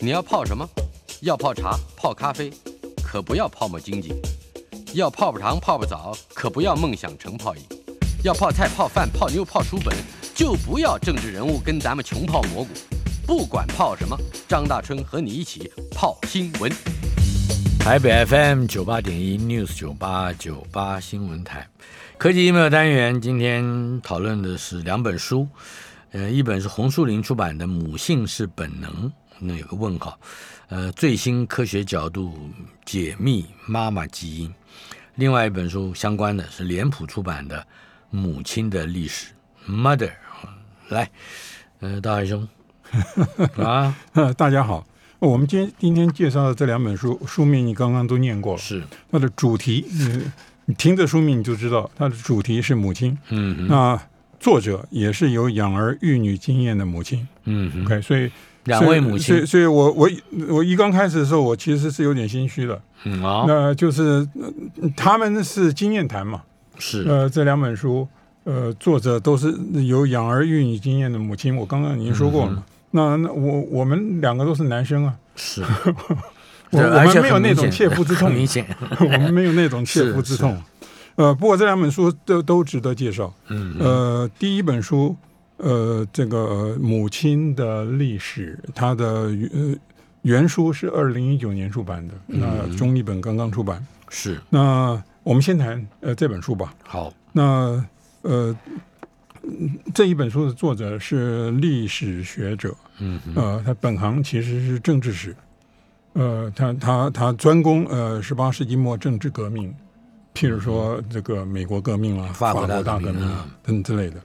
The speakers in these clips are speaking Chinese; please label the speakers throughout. Speaker 1: 你要泡什么？要泡茶、泡咖啡，可不要泡沫经济；要泡泡糖、泡泡澡，可不要梦想成泡影；要泡菜、泡饭、泡妞、泡书本，就不要政治人物跟咱们穷泡蘑菇。不管泡什么，张大春和你一起泡新闻。
Speaker 2: 台北 FM 九八点一 News 九八九八新闻台科技 email 单元，今天讨论的是两本书，呃，一本是红树林出版的《母性是本能》，那有个问号，呃，最新科学角度解密妈妈基因；另外一本书相关的是脸谱出版的《母亲的历史》（Mother）。来，呃，大海兄啊，
Speaker 3: 大家好，哦我们今今天介绍的这两本书，书名你刚刚都念过了。
Speaker 2: 是，
Speaker 3: 它的主题，你你听这书名你就知道，它的主题是母亲。
Speaker 2: 嗯哼
Speaker 3: 那作者也是有养儿育女经验的母亲。
Speaker 2: 嗯哼，
Speaker 3: OK，所以
Speaker 2: 两位母
Speaker 3: 所以
Speaker 2: 亲
Speaker 3: 所以，所以我我我一刚开始的时候，我其实是有点心虚的。
Speaker 2: 嗯啊、
Speaker 3: 那就是呃他们是经验谈嘛，
Speaker 2: 是，
Speaker 3: 呃，这两本书，呃，作者都是有养儿育女经验的母亲，我刚刚已经说过
Speaker 2: 嗯
Speaker 3: 了嘛。那那我我们两个都是男生啊，
Speaker 2: 是，
Speaker 3: 我
Speaker 2: 对
Speaker 3: 我
Speaker 2: 而且
Speaker 3: 们没有
Speaker 2: 很
Speaker 3: 那
Speaker 2: 明
Speaker 3: 种
Speaker 2: 显
Speaker 3: 切肤之
Speaker 2: 很
Speaker 3: 痛，
Speaker 2: 明显，
Speaker 3: 我们没有那种切肤之痛。呃，不过这两本书都都值得介绍。
Speaker 2: 嗯，
Speaker 3: 呃，第一本书，呃，这个呃《母亲的历史》，它的呃原书是二零一九年出版的，那
Speaker 2: 嗯
Speaker 3: 中译本刚刚出版。
Speaker 2: 是
Speaker 3: 那我们先谈呃这本书吧。
Speaker 2: 好，
Speaker 3: 那呃，嗯这一本书的作者是历史学者，
Speaker 2: 嗯哼
Speaker 3: 呃，他本行其实是政治史，呃，他他他专攻呃十八世纪末政治革命，譬如说这个美国革命啦、
Speaker 2: 嗯
Speaker 3: 啊
Speaker 2: 法国
Speaker 3: 国
Speaker 2: 大
Speaker 3: 大
Speaker 2: 革
Speaker 3: 革
Speaker 2: 命
Speaker 3: 命
Speaker 2: 啊
Speaker 3: 啊等之类的。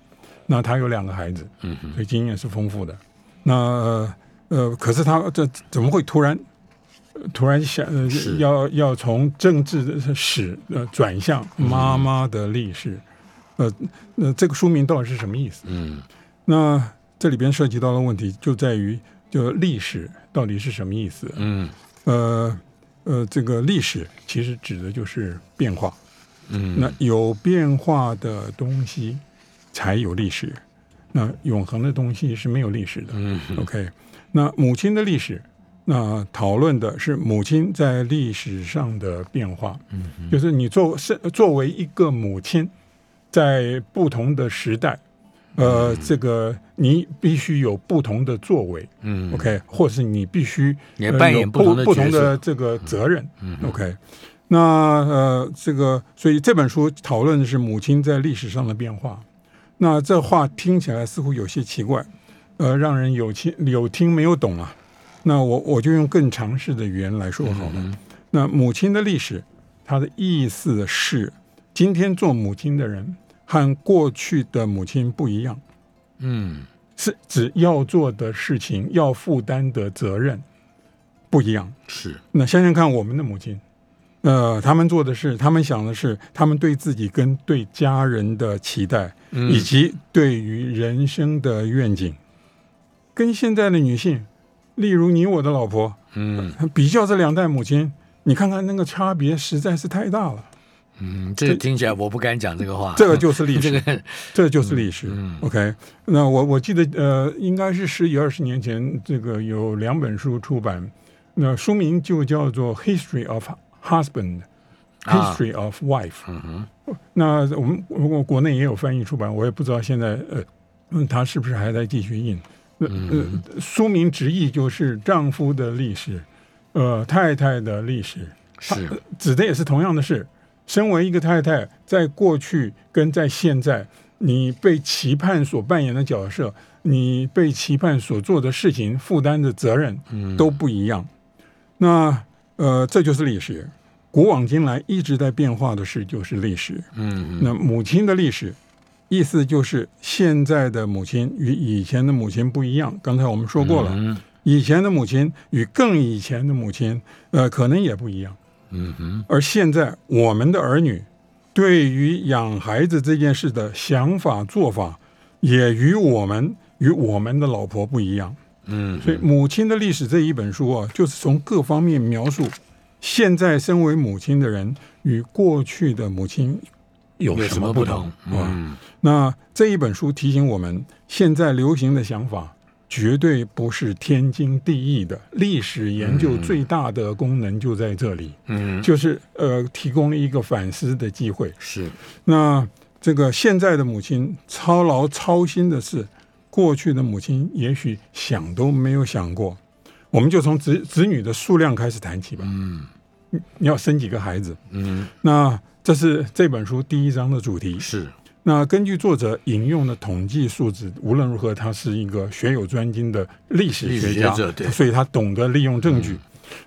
Speaker 3: 那他有两个孩子，
Speaker 2: 嗯哼，
Speaker 3: 所以经验是丰富的。那呃呃，可是他这怎么会突然呃突然想、呃
Speaker 2: 是
Speaker 3: 要要从政治的史呃转向
Speaker 2: 嗯
Speaker 3: 妈妈的历史？呃，那、这个书名到底是什么意思？
Speaker 2: 嗯
Speaker 3: 那这里边涉及到的问题就在于，就历史到底是什么意思？
Speaker 2: 嗯
Speaker 3: 呃呃，这个历史其实指的就是变化。
Speaker 2: 嗯，
Speaker 3: 那有变化的东西才有历史，那永恒的东西是没有历史的。
Speaker 2: 嗯
Speaker 3: OK，那母亲的历史，那呃讨论的是母亲在历史上的变化，
Speaker 2: 嗯
Speaker 3: 就是你作是作为一个母亲，在不同的时代，呃，这个你必须有不同的作为
Speaker 2: 嗯
Speaker 3: ，OK，或是你必须
Speaker 2: 也
Speaker 3: 呃
Speaker 2: 扮
Speaker 3: 有
Speaker 2: 演不
Speaker 3: 不
Speaker 2: 同的
Speaker 3: 不
Speaker 2: 角
Speaker 3: 同
Speaker 2: 色
Speaker 3: 的这个责任。
Speaker 2: 嗯哼
Speaker 3: OK，那呃，这个所以这本书讨论的是母亲在历史上的变化。那这话听起来似乎有些奇怪，呃，让人有听有听没有懂啊。那我我就用更常识的语言来说好了。那母亲的历史，它的意思是，今天做母亲的人和过去的母亲不一样，
Speaker 2: 嗯
Speaker 3: 是指要做的事情、要负担的责任不一样。
Speaker 2: 是
Speaker 3: 那想想看，我们的母亲，呃，他们做的事，他们想的是，他们对自己跟对家人的期待，
Speaker 2: 嗯
Speaker 3: 以及对于人生的愿景，跟现在的女性，例如你我的老婆，
Speaker 2: 嗯
Speaker 3: 比较这两代母亲，你看看那个差别实在是太大了。
Speaker 2: 嗯，这个听起来我不敢讲这个话，
Speaker 3: 这个就是历史
Speaker 2: 这个
Speaker 3: 这就是历史。
Speaker 2: 嗯
Speaker 3: OK，那我我记得呃，应该是十几二十年前，这个有两本书出版，那书名就叫做《History of Husband》。
Speaker 2: 啊
Speaker 3: History of Wife，、
Speaker 2: 嗯哼
Speaker 3: 那我们如果国内也有翻译出版，我也不知道现在呃，嗯，它是不是还在继续印？呃，呃书名直译就是丈夫的历史，呃，太太的历史，
Speaker 2: 是
Speaker 3: 指的也是同样的事。身为一个太太，在过去跟在现在，你被期盼所扮演的角色，你被期盼所做的事情、负担的责任
Speaker 2: 嗯
Speaker 3: 都不一样。那呃，这就是历史。古往今来一直在变化的事就是历史。
Speaker 2: 嗯
Speaker 3: 那母亲的历史，意思就是现在的母亲与以前的母亲不一样。刚才我们说过了，
Speaker 2: 嗯
Speaker 3: 以前的母亲与更以前的母亲，呃，可能也不一样。
Speaker 2: 嗯哼
Speaker 3: 而现在我们的儿女对于养孩子这件事的想法做法，也与我们与我们的老婆不一样。
Speaker 2: 嗯
Speaker 3: 所以《母亲的历史》这一本书啊，就是从各方面描述现在身为母亲的人与过去的母亲
Speaker 2: 有
Speaker 3: 有
Speaker 2: 什
Speaker 3: 什
Speaker 2: 么
Speaker 3: 么
Speaker 2: 不
Speaker 3: 不啊
Speaker 2: 同
Speaker 3: 同？
Speaker 2: 嗯
Speaker 3: 那这一本书提醒我们，现在流行的想法绝对不是天经地义的。历史研究最大的功能就在这里，
Speaker 2: 嗯，
Speaker 3: 就是呃，提供了一个反思的机会。
Speaker 2: 是，
Speaker 3: 那这个现在的母亲操劳操心的事，过去的母亲也许想都没有想过。我们就从子子女的数量开始谈起吧。
Speaker 2: 嗯
Speaker 3: 你要生几个孩子？
Speaker 2: 嗯，
Speaker 3: 那这是这本书第一章的主题。
Speaker 2: 是，
Speaker 3: 那根据作者引用的统计数字，无论如何，他是一个学有专精的历史学
Speaker 2: 历史
Speaker 3: 家，
Speaker 2: 学者对嗯
Speaker 3: 所以他懂得利用证据。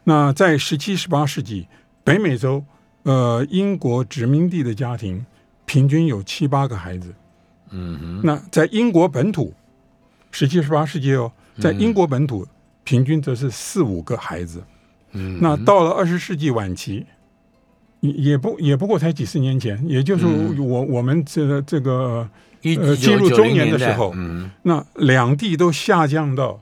Speaker 3: 那在十七、十八世纪，北美洲，呃，英国殖民地的家庭平均有七八个孩子。
Speaker 2: 嗯哼，
Speaker 3: 那在英国本土，十七、十八世纪哦，在英国本土平均则是四五个孩子。
Speaker 2: 嗯，
Speaker 3: 那到了二十世纪晚期，也也不也不过才几十年前，也就是我、我们这个这个
Speaker 2: 嗯一
Speaker 3: 呃进入中年的时候
Speaker 2: 嗯，
Speaker 3: 那两地都下降到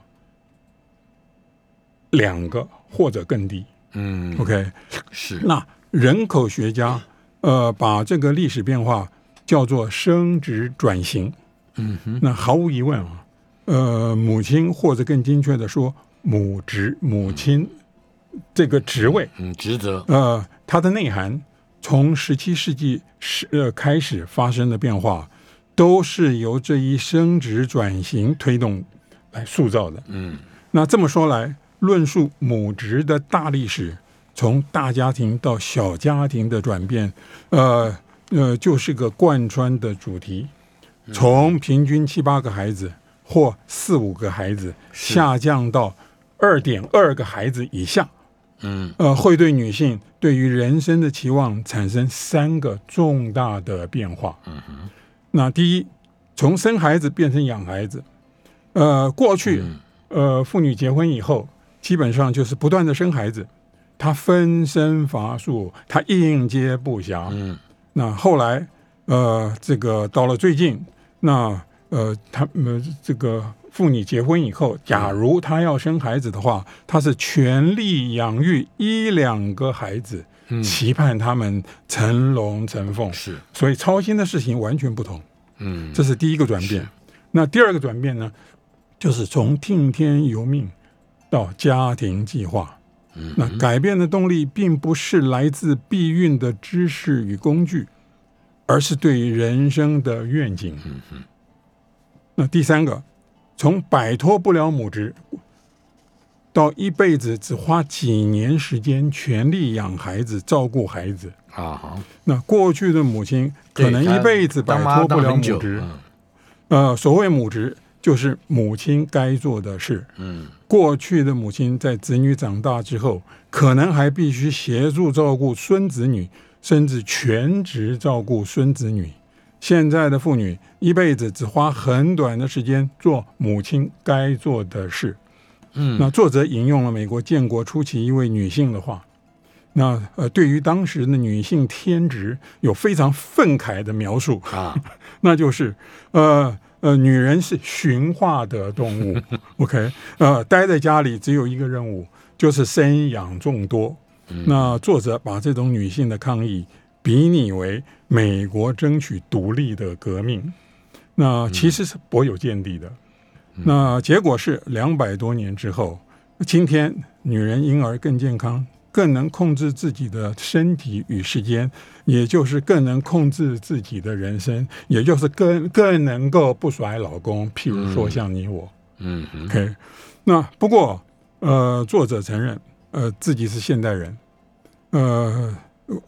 Speaker 3: 两个或者更低。
Speaker 2: 嗯
Speaker 3: OK，
Speaker 2: 是，
Speaker 3: 那人口学家呃把这个历史变化叫做生殖转型。
Speaker 2: 嗯哼，
Speaker 3: 那毫无疑问啊，呃，母亲或者更精确的说，母职母亲这个职位。
Speaker 2: 嗯，职责，
Speaker 3: 呃，它的内涵从十七世纪始呃开始发生的变化，都是由这一生殖转型推动来塑造的。
Speaker 2: 嗯
Speaker 3: 那这么说来，论述母职的大历史，从大家庭到小家庭的转变，呃呃，就是个贯穿的主题。
Speaker 2: 嗯
Speaker 3: 从平均七八个孩子或四五个孩子，
Speaker 2: 是
Speaker 3: 下降到二点二个孩子以下。
Speaker 2: 嗯
Speaker 3: 呃，会对女性对于人生的期望产生三个重大的变化。嗯那第一，从生孩子变成养孩子。呃，过去，
Speaker 2: 嗯
Speaker 3: 呃，妇女结婚以后，基本上就是不断的生孩子，她分身乏术，她应接不暇。
Speaker 2: 嗯
Speaker 3: 那后来，呃，这个到了最近，那呃，他们这个妇女结婚以后，
Speaker 2: 嗯
Speaker 3: 假如她要生孩子的话，她是全力养育一两个孩子，
Speaker 2: 嗯，
Speaker 3: 期盼他们成龙成凤。
Speaker 2: 是，
Speaker 3: 所以操心的事情完全不同，
Speaker 2: 嗯，
Speaker 3: 这是第一个转变。那第二个转变呢，就是从听天由命到家庭计划。
Speaker 2: 嗯
Speaker 3: 那改变的动力并不是来自避孕的知识与工具，而是对人生的愿景。
Speaker 2: 嗯
Speaker 3: 那第三个，从摆脱不了母职，到一辈子只花几年时间全力养孩子、照顾孩子。
Speaker 2: 啊好，
Speaker 3: 那过去的母亲可能
Speaker 2: 对
Speaker 3: 一辈子摆
Speaker 2: 当妈
Speaker 3: 脱不
Speaker 2: 当
Speaker 3: 了
Speaker 2: 很
Speaker 3: 母
Speaker 2: 久
Speaker 3: 职。
Speaker 2: 嗯
Speaker 3: 呃，所谓母职，就是母亲该做的事。
Speaker 2: 嗯
Speaker 3: 过去的母亲在子女长大之后，可能还必须协助照顾孙子女，甚至全职照顾孙子女。现在的妇女一辈子只花很短的时间做母亲该做的事。
Speaker 2: 嗯
Speaker 3: 那作者引用了美国建国初期一位女性的话，那呃，对于当时的女性天职有非常愤慨的描述。
Speaker 2: 啊，
Speaker 3: 那就是呃呃，女人是驯化的动物，OK，呃，待在家里只有一个任务，就是生养众多。那作者把这种女性的抗议比拟为美国争取独立的革命，那其实是颇有见地的。那结果是两百多年之后，今天女人婴儿更健康，更能控制自己的身体与时间，也就是更能控制自己的人生，也就是更更能够不甩老公。譬如说像你我、
Speaker 2: 嗯哼
Speaker 3: o k 那不过，呃，作者承认，呃，自己是现代人，呃，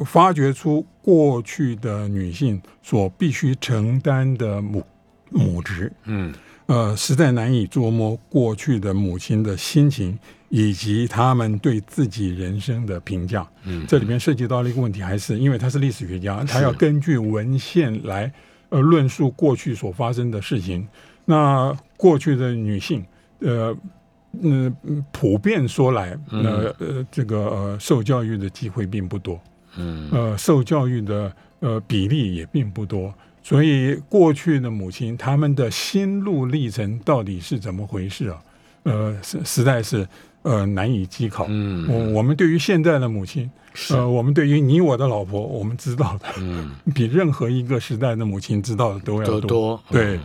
Speaker 3: 发掘出过去的女性所必须承担的母母职，
Speaker 2: 嗯
Speaker 3: 呃，实在难以捉摸过去的母亲的心情，以及他们对自己人生的评价。
Speaker 2: 嗯
Speaker 3: 这里面涉及到了一个问题，还是因为他是历史学家，他要根据文献来呃论述过去所发生的事情。那过去的女性，呃。嗯，普遍说来，
Speaker 2: 嗯
Speaker 3: 呃呃，这个呃，受教育的机会并不多。
Speaker 2: 嗯
Speaker 3: 呃受教育的呃比例也并不多，所以过去的母亲他们的心路历程到底是怎么回事啊？呃，实实在是呃难以稽考。
Speaker 2: 嗯
Speaker 3: 我我们对于现在的母亲，
Speaker 2: 是
Speaker 3: 呃，我们对于你我的老婆，我们知道的
Speaker 2: 嗯
Speaker 3: 比任何一个时代的母亲知道的都要
Speaker 2: 多多
Speaker 3: 对
Speaker 2: 嗯，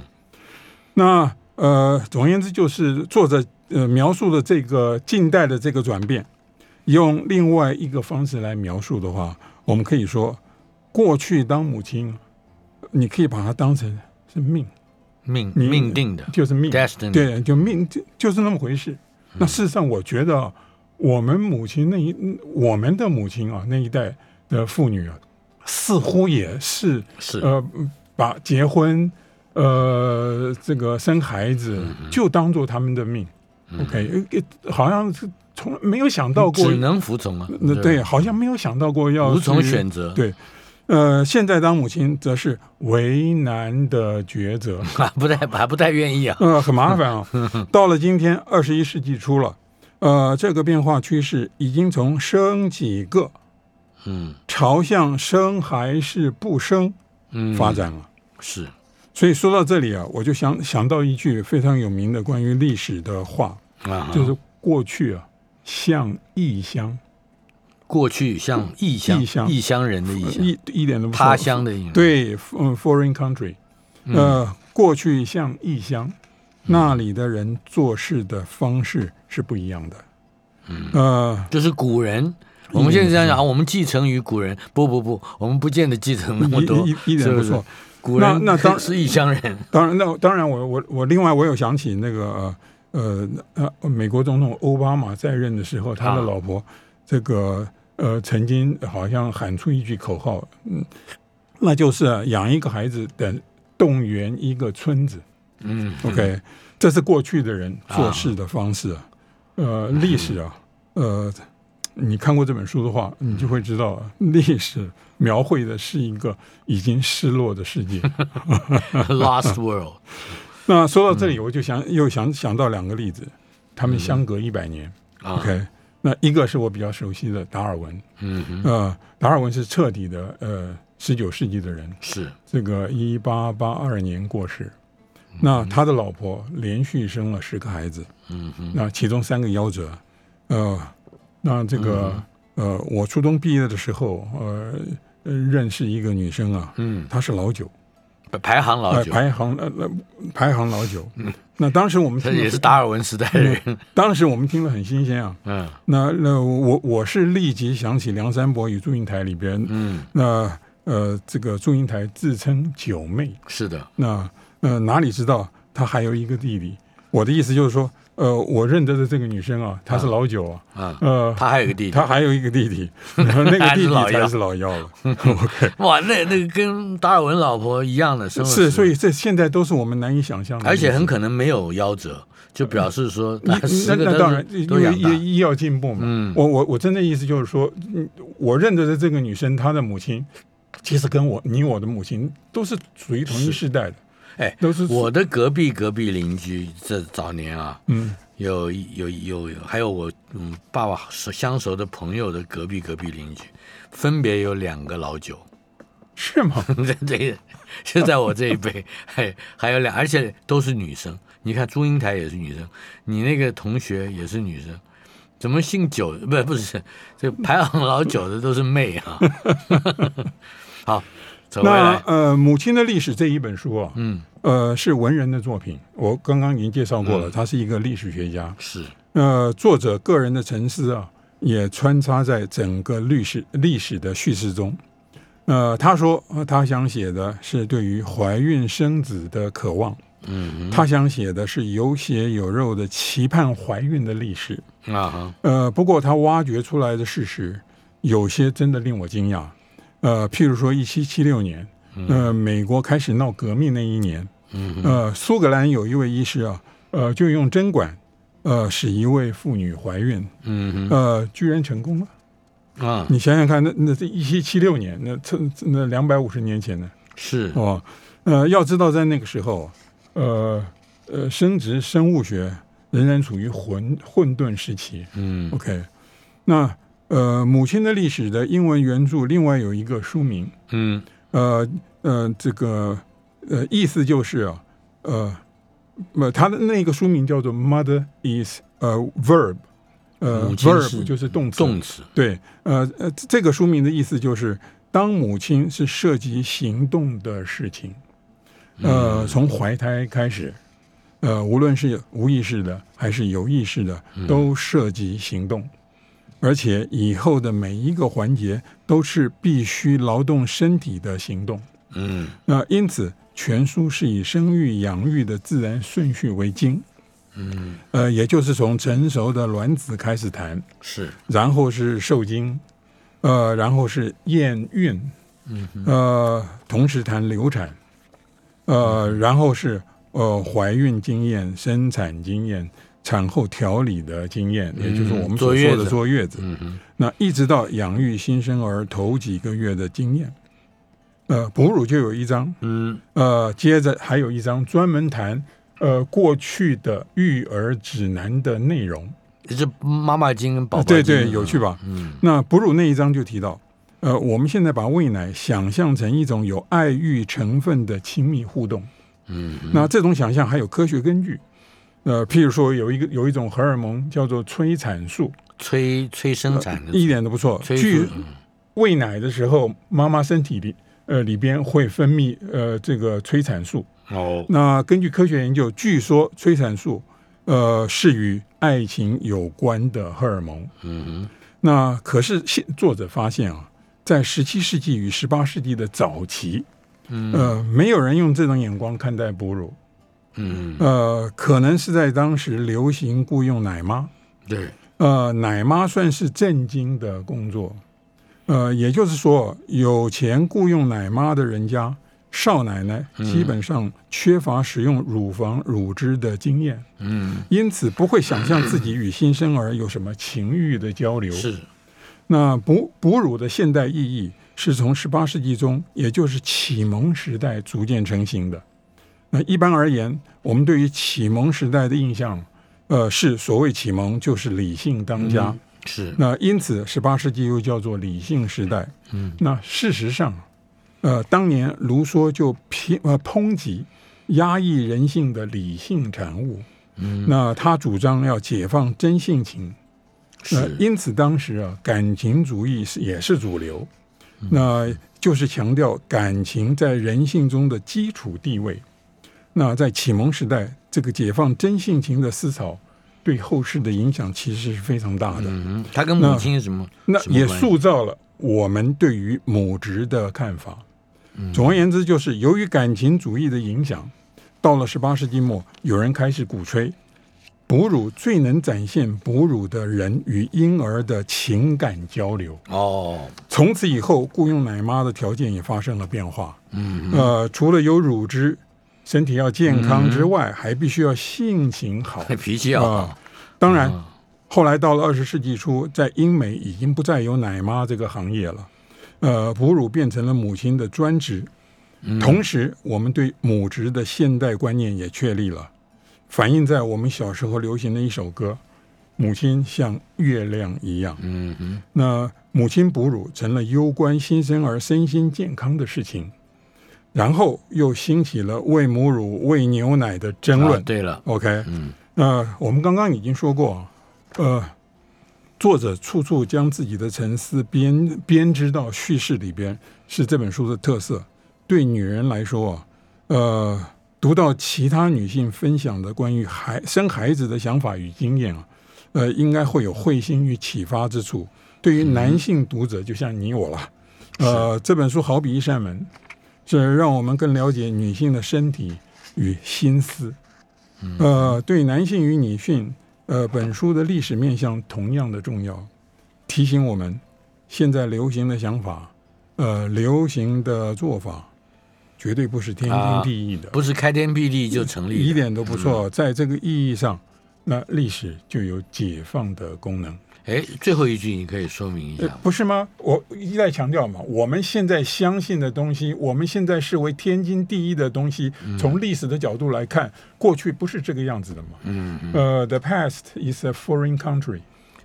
Speaker 3: 那呃，总而言之，就是作者呃描述的这个近代的这个转变，用另外一个方式来描述的话，我们可以说，过去当母亲，你可以把它当成是命，
Speaker 2: 命
Speaker 3: 你
Speaker 2: 命定的
Speaker 3: 就是命，
Speaker 2: ，destiny，，
Speaker 3: 对，就命就就是那么回事。那事实上，我觉得啊我们母亲那一我们的母亲啊那一代的妇女啊，似乎也是
Speaker 2: 是
Speaker 3: 呃把结婚呃这个生孩子
Speaker 2: 嗯
Speaker 3: 就当做他们的命。OK，呃好像是从来没有想到过
Speaker 2: 只，能服从啊，
Speaker 3: 那对，好像没有想到过要
Speaker 2: 无从
Speaker 3: 去
Speaker 2: 选择，
Speaker 3: 对。呃，现在当母亲则是为难的抉择，
Speaker 2: 还 不太还不太愿意啊，
Speaker 3: 呃，很麻 烦啊、到了今天，二十一世纪初了，呃，这个变化趋势已经从生几个
Speaker 2: 嗯
Speaker 3: 朝向生还是不生
Speaker 2: 嗯，
Speaker 3: 发展了。
Speaker 2: 是，
Speaker 3: 所以说到这里啊，我就想想到一句非常有名的关于历史的话，
Speaker 2: 啊，
Speaker 3: 就是过去啊，像异乡，
Speaker 2: 过去像异乡
Speaker 3: 异乡
Speaker 2: 异乡人的异乡，
Speaker 3: 呃一一点都不错
Speaker 2: 他乡的嗯异乡，，
Speaker 3: 对，嗯，foreign country，呃，过去像异乡，
Speaker 2: 嗯
Speaker 3: 那里的人做事的方式是不一样的。嗯，呃，
Speaker 2: 就是古人。我们现在这样讲，啊我们继承于古人，不不不，我们不见得继承那么多，
Speaker 3: 一一一点
Speaker 2: 是
Speaker 3: 不
Speaker 2: 是
Speaker 3: 错。
Speaker 2: 古人
Speaker 3: 那那当
Speaker 2: 是异乡 人，
Speaker 3: 当然，那当然我，我我另外我有想起那个呃呃呃，美国总统奥巴马在任的时候，他
Speaker 2: 啊
Speaker 3: 的老婆、这个呃曾经好像喊出一句口号，嗯，那就是啊养一个孩子等动员一个村子。
Speaker 2: 嗯
Speaker 3: OK，这是过去的人
Speaker 2: 啊
Speaker 3: 做事的方式啊，呃，历史啊，呃，你看过这本书的话，你就会知道啊，历史描绘的是一个已经失落的世界。
Speaker 2: ，Lost World，
Speaker 3: 那说到这
Speaker 2: 嗯
Speaker 3: 里，我就想又想想到两个例子，他们相隔一百年。
Speaker 2: 啊
Speaker 3: OK，那一个是我比较熟悉的达尔文，
Speaker 2: 嗯哼，
Speaker 3: 呃，达尔文是彻底的呃十九世纪的人，
Speaker 2: 是，
Speaker 3: 这个一八八二年过世。那他的老婆连续生了十个孩子，
Speaker 2: 嗯哼，
Speaker 3: 那其中三个夭折，呃，那这
Speaker 2: 嗯
Speaker 3: 个呃，我初中毕业的时候，呃，呃认识一个女生啊，
Speaker 2: 嗯，
Speaker 3: 她是老九，
Speaker 2: 排行老
Speaker 3: 呃，
Speaker 2: 九，
Speaker 3: 排行呃呃排行老九。那当时我们
Speaker 2: 嗯他
Speaker 3: 听了
Speaker 2: 也是达尔文时代的 人，
Speaker 3: 当时我们听了很新鲜啊。
Speaker 2: 嗯
Speaker 3: 那那我我是立即想起梁山伯与祝英台里边，
Speaker 2: 嗯，
Speaker 3: 那呃这个祝英台自称九妹，
Speaker 2: 是的，
Speaker 3: 那呃哪里知道她还有一个弟弟？我的意思就是说，呃，我认得的这个女生啊，她是老九啊，
Speaker 2: 啊，
Speaker 3: 呃，
Speaker 2: 他还有个弟弟，
Speaker 3: 她还有一个 弟弟，然后那个弟
Speaker 2: 还是
Speaker 3: 弟
Speaker 2: 老幺
Speaker 3: 才是老幺 了。OK，
Speaker 2: 哇，那那个跟达尔文老婆一样的生了
Speaker 3: 是，
Speaker 2: 十
Speaker 3: 所以这现在都是我们难以想象的，
Speaker 2: 而且很。可能没有夭折，就表示说
Speaker 3: 嗯那
Speaker 2: 十个
Speaker 3: 那
Speaker 2: 都
Speaker 3: 当然，
Speaker 2: 是
Speaker 3: 因
Speaker 2: 都
Speaker 3: 为
Speaker 2: 养大
Speaker 3: 医医药进步嘛。
Speaker 2: 嗯
Speaker 3: 我我我真的意思就是说，嗯我认得的这个女生，她的母亲其实跟我你我的母亲都是属于同一世代的，
Speaker 2: 哎，
Speaker 3: 都 是
Speaker 2: 我的隔壁隔壁邻居，这早年啊，
Speaker 3: 嗯
Speaker 2: 有有有有，还有我嗯爸爸熟相熟的朋友的隔壁隔壁邻居，分别有两个老九，
Speaker 3: 是吗？
Speaker 2: 这这就在我这一 辈，还还有两，而且都是女生。你看祝英台也是女生，你那个同学也是女生，怎么姓九？不不是，这排行老九的都是妹啊。 好，走回
Speaker 3: 那
Speaker 2: 来，
Speaker 3: 呃，《母亲的历史》这一本书啊，
Speaker 2: 嗯，
Speaker 3: 呃，是文人的作品。我刚刚已经介绍过
Speaker 2: 嗯
Speaker 3: 了，他是一个历史学家。
Speaker 2: 是
Speaker 3: 呃，作者个人的沉思啊，也穿插在整个历史历史的叙事中。呃，他说呃他想写的是对于怀孕生子的渴望，
Speaker 2: 嗯
Speaker 3: 他想写的是有血有肉的期盼怀孕的历史。
Speaker 2: 嗯啊哈，
Speaker 3: 呃，不过他挖掘出来的事实，有些真的令我惊讶。呃，譬如说，一七七六年，呃，美国开始闹革命那一年，呃，苏格兰有一位医师啊，呃，就用针管，呃，使一位妇女怀孕，
Speaker 2: 嗯
Speaker 3: 呃，居然成功了。
Speaker 2: 哼啊
Speaker 3: 你想想看，那那这一七七六年，那这这那两百五十年前呢？
Speaker 2: 是
Speaker 3: 哦，呃，要知道，在那个时候，呃呃，生殖生物学仍然处于混混沌时期。
Speaker 2: 嗯
Speaker 3: OK，那呃，《母亲的历史》的英文原著另外有一个书名，
Speaker 2: 嗯
Speaker 3: 呃呃，这个呃意思就是啊，呃，呃，它的那个书名叫做《Mother is a Verb》，呃
Speaker 2: 母亲是
Speaker 3: ，verb 就是动词，
Speaker 2: 动词
Speaker 3: 对，呃呃，这个书名的意思就是，当母亲是涉及行动的事情，呃，从怀胎开始，呃，无论是无意识的还是有意识的，都涉及行动，而且以后的每一个环节都是必须劳动身体的行动。
Speaker 2: 嗯
Speaker 3: 那因此，全书是以生育、养育的自然顺序为经。嗯，呃，也就是从成熟的卵子开始谈，
Speaker 2: 是
Speaker 3: 然后是受精，呃，然后是验孕，呃，同时谈流产，呃，然后是呃怀孕经验、生产经验、产后调理的经验，也就是我们所说的嗯坐月子。嗯那一直到养育新生儿头几个月的经验，呃，哺乳就有一章，
Speaker 2: 嗯
Speaker 3: 呃，接着还有一章专门谈呃过去的育儿指南的内容。
Speaker 2: 这妈妈经跟宝宝经、
Speaker 3: 啊对对，有趣吧？
Speaker 2: 嗯
Speaker 3: 那哺乳那一章就提到，呃，我们现在把喂奶想象成一种有爱欲成分的亲密互动。
Speaker 2: 嗯
Speaker 3: 那这种想象还有科学根据，呃，譬如说有一个有一种荷尔蒙叫做催产素，
Speaker 2: 催催生产的
Speaker 3: 一点都不错。
Speaker 2: 嗯催
Speaker 3: 据
Speaker 2: 促嗯
Speaker 3: 喂奶的时候，妈妈身体里呃里边会分泌呃这个催产素。
Speaker 2: 哦
Speaker 3: 那根据科学研究，据说催产素呃是与爱情有关的荷尔蒙。
Speaker 2: 嗯
Speaker 3: 那可是现作者发现啊，在十七世纪与十八世纪的早期，
Speaker 2: 嗯
Speaker 3: 呃，没有人用这种眼光看待哺乳，
Speaker 2: 嗯
Speaker 3: 呃，可能是在当时流行雇佣奶妈，
Speaker 2: 对
Speaker 3: 呃，奶妈算是正经的工作，呃，也就是说，有钱雇佣奶妈的人家。少奶奶基本上缺乏使用乳房、乳汁的经验，
Speaker 2: 嗯
Speaker 3: 因此不会想象自己与新生儿有什么情欲的交流。
Speaker 2: 是
Speaker 3: 那哺哺乳的现代意义是从十八世纪中，也就是启蒙时代逐渐成型的。那一般而言，我们对于启蒙时代的印象，呃，是所谓启蒙就是理性当家。
Speaker 2: 嗯是
Speaker 3: 那因此，十八世纪又叫做理性时代。
Speaker 2: 嗯，
Speaker 3: 那事实上，呃，当年卢梭就批呃抨击压抑人性的理性产物。
Speaker 2: 嗯，
Speaker 3: 那他主张要解放真性情。呃，
Speaker 2: 是
Speaker 3: 因此当时啊，感情主义是也是主流，
Speaker 2: 嗯
Speaker 3: 那就是强调感情在人性中的基础地位。那在启蒙时代，这个解放真性情的思潮，对后世的影响其实是非常大的。
Speaker 2: 嗯他跟母亲有什么
Speaker 3: 那
Speaker 2: 什么
Speaker 3: 也
Speaker 2: 关系
Speaker 3: 塑造了我们对于母职的看法。总而言之，就是由于感情主义的影响，到了十八世纪末，有人开始鼓吹哺乳最能展现哺乳的人与婴儿的情感交流。
Speaker 2: 哦
Speaker 3: 从此以后，雇佣奶妈的条件也发生了变化。
Speaker 2: 嗯
Speaker 3: 呃，除了有乳汁，身体要健康之外，还必须要性情好
Speaker 2: 那 脾气
Speaker 3: 啊、
Speaker 2: 啊
Speaker 3: 当然，后来到了二十世纪初，在英美已经不再有奶妈这个行业了，呃，哺乳变成了母亲的专职。
Speaker 2: 嗯
Speaker 3: 同时，我们对母职的现代观念也确立了，反映在我们小时候流行的一首歌《母亲像月亮一样》。
Speaker 2: 嗯哼
Speaker 3: 那母亲哺乳成了攸关新生儿身心健康的事情，然后又兴起了喂母乳、喂牛奶的争
Speaker 2: 啊
Speaker 3: 论。
Speaker 2: 对了
Speaker 3: OK，
Speaker 2: 嗯，
Speaker 3: 呃，我们刚刚已经说过，呃，作者处处将自己的沉思编编织到叙事里边，是这本书的特色。对女人来说啊，呃，读到其他女性分享的关于孩生孩子的想法与经验啊，呃，应该会有会心与启发之处。对于男性读者，就像你我了，呃，这本书好比一扇门，是让我们更了解女性的身体与心思。
Speaker 2: 嗯
Speaker 3: 呃，对男性与女性，呃，本书的历史面向同样的重要，提醒我们，现在流行的想法，呃，流行的做法，绝对不是天经地义的，
Speaker 2: 啊不是开天辟地就成立
Speaker 3: 一
Speaker 2: 的。嗯
Speaker 3: 点都不错。在这个意义上，那历史就有解放的功能，
Speaker 2: 哎，最后一句你可以说明一下
Speaker 3: 呃
Speaker 2: 吗，
Speaker 3: 不是吗？我一再强调嘛，我们现在相信的东西，我们现在视为天经地义的东西，从历史的角度来看，过去不是这个样子的嘛。
Speaker 2: 嗯嗯，
Speaker 3: 呃，the past is a foreign country。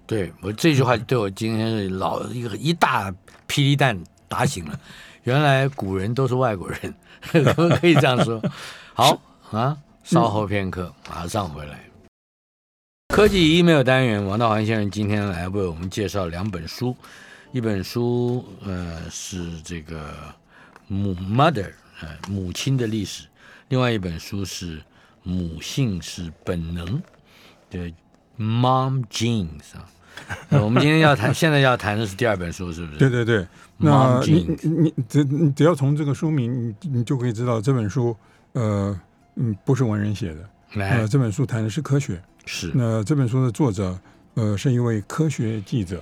Speaker 2: 对我这句话对我今天是老一个一大霹雳弹打醒了，原来古人都是外国人， 我们可以这样 说。好啊，稍后片刻，
Speaker 3: 嗯
Speaker 2: 马上回来。科技 email 单元，王道涵先生今天来为我们介绍两本书，一本书呃是这个母 mother 呃母亲的历史，另外一本书是母性是本能对 mom genes 啊。那我们今天要谈，现在要谈的是第二本书，是不是？
Speaker 3: 对对对，那
Speaker 2: Mom
Speaker 3: 你
Speaker 2: Jeans
Speaker 3: 你你你只你只要从这个书名，你你就可以知道这本书，呃，嗯，不是文人写的，
Speaker 2: 来
Speaker 3: 呃，这本书谈的是科学。
Speaker 2: 哎是，
Speaker 3: 那这本书的作者，呃，是一位科学记者，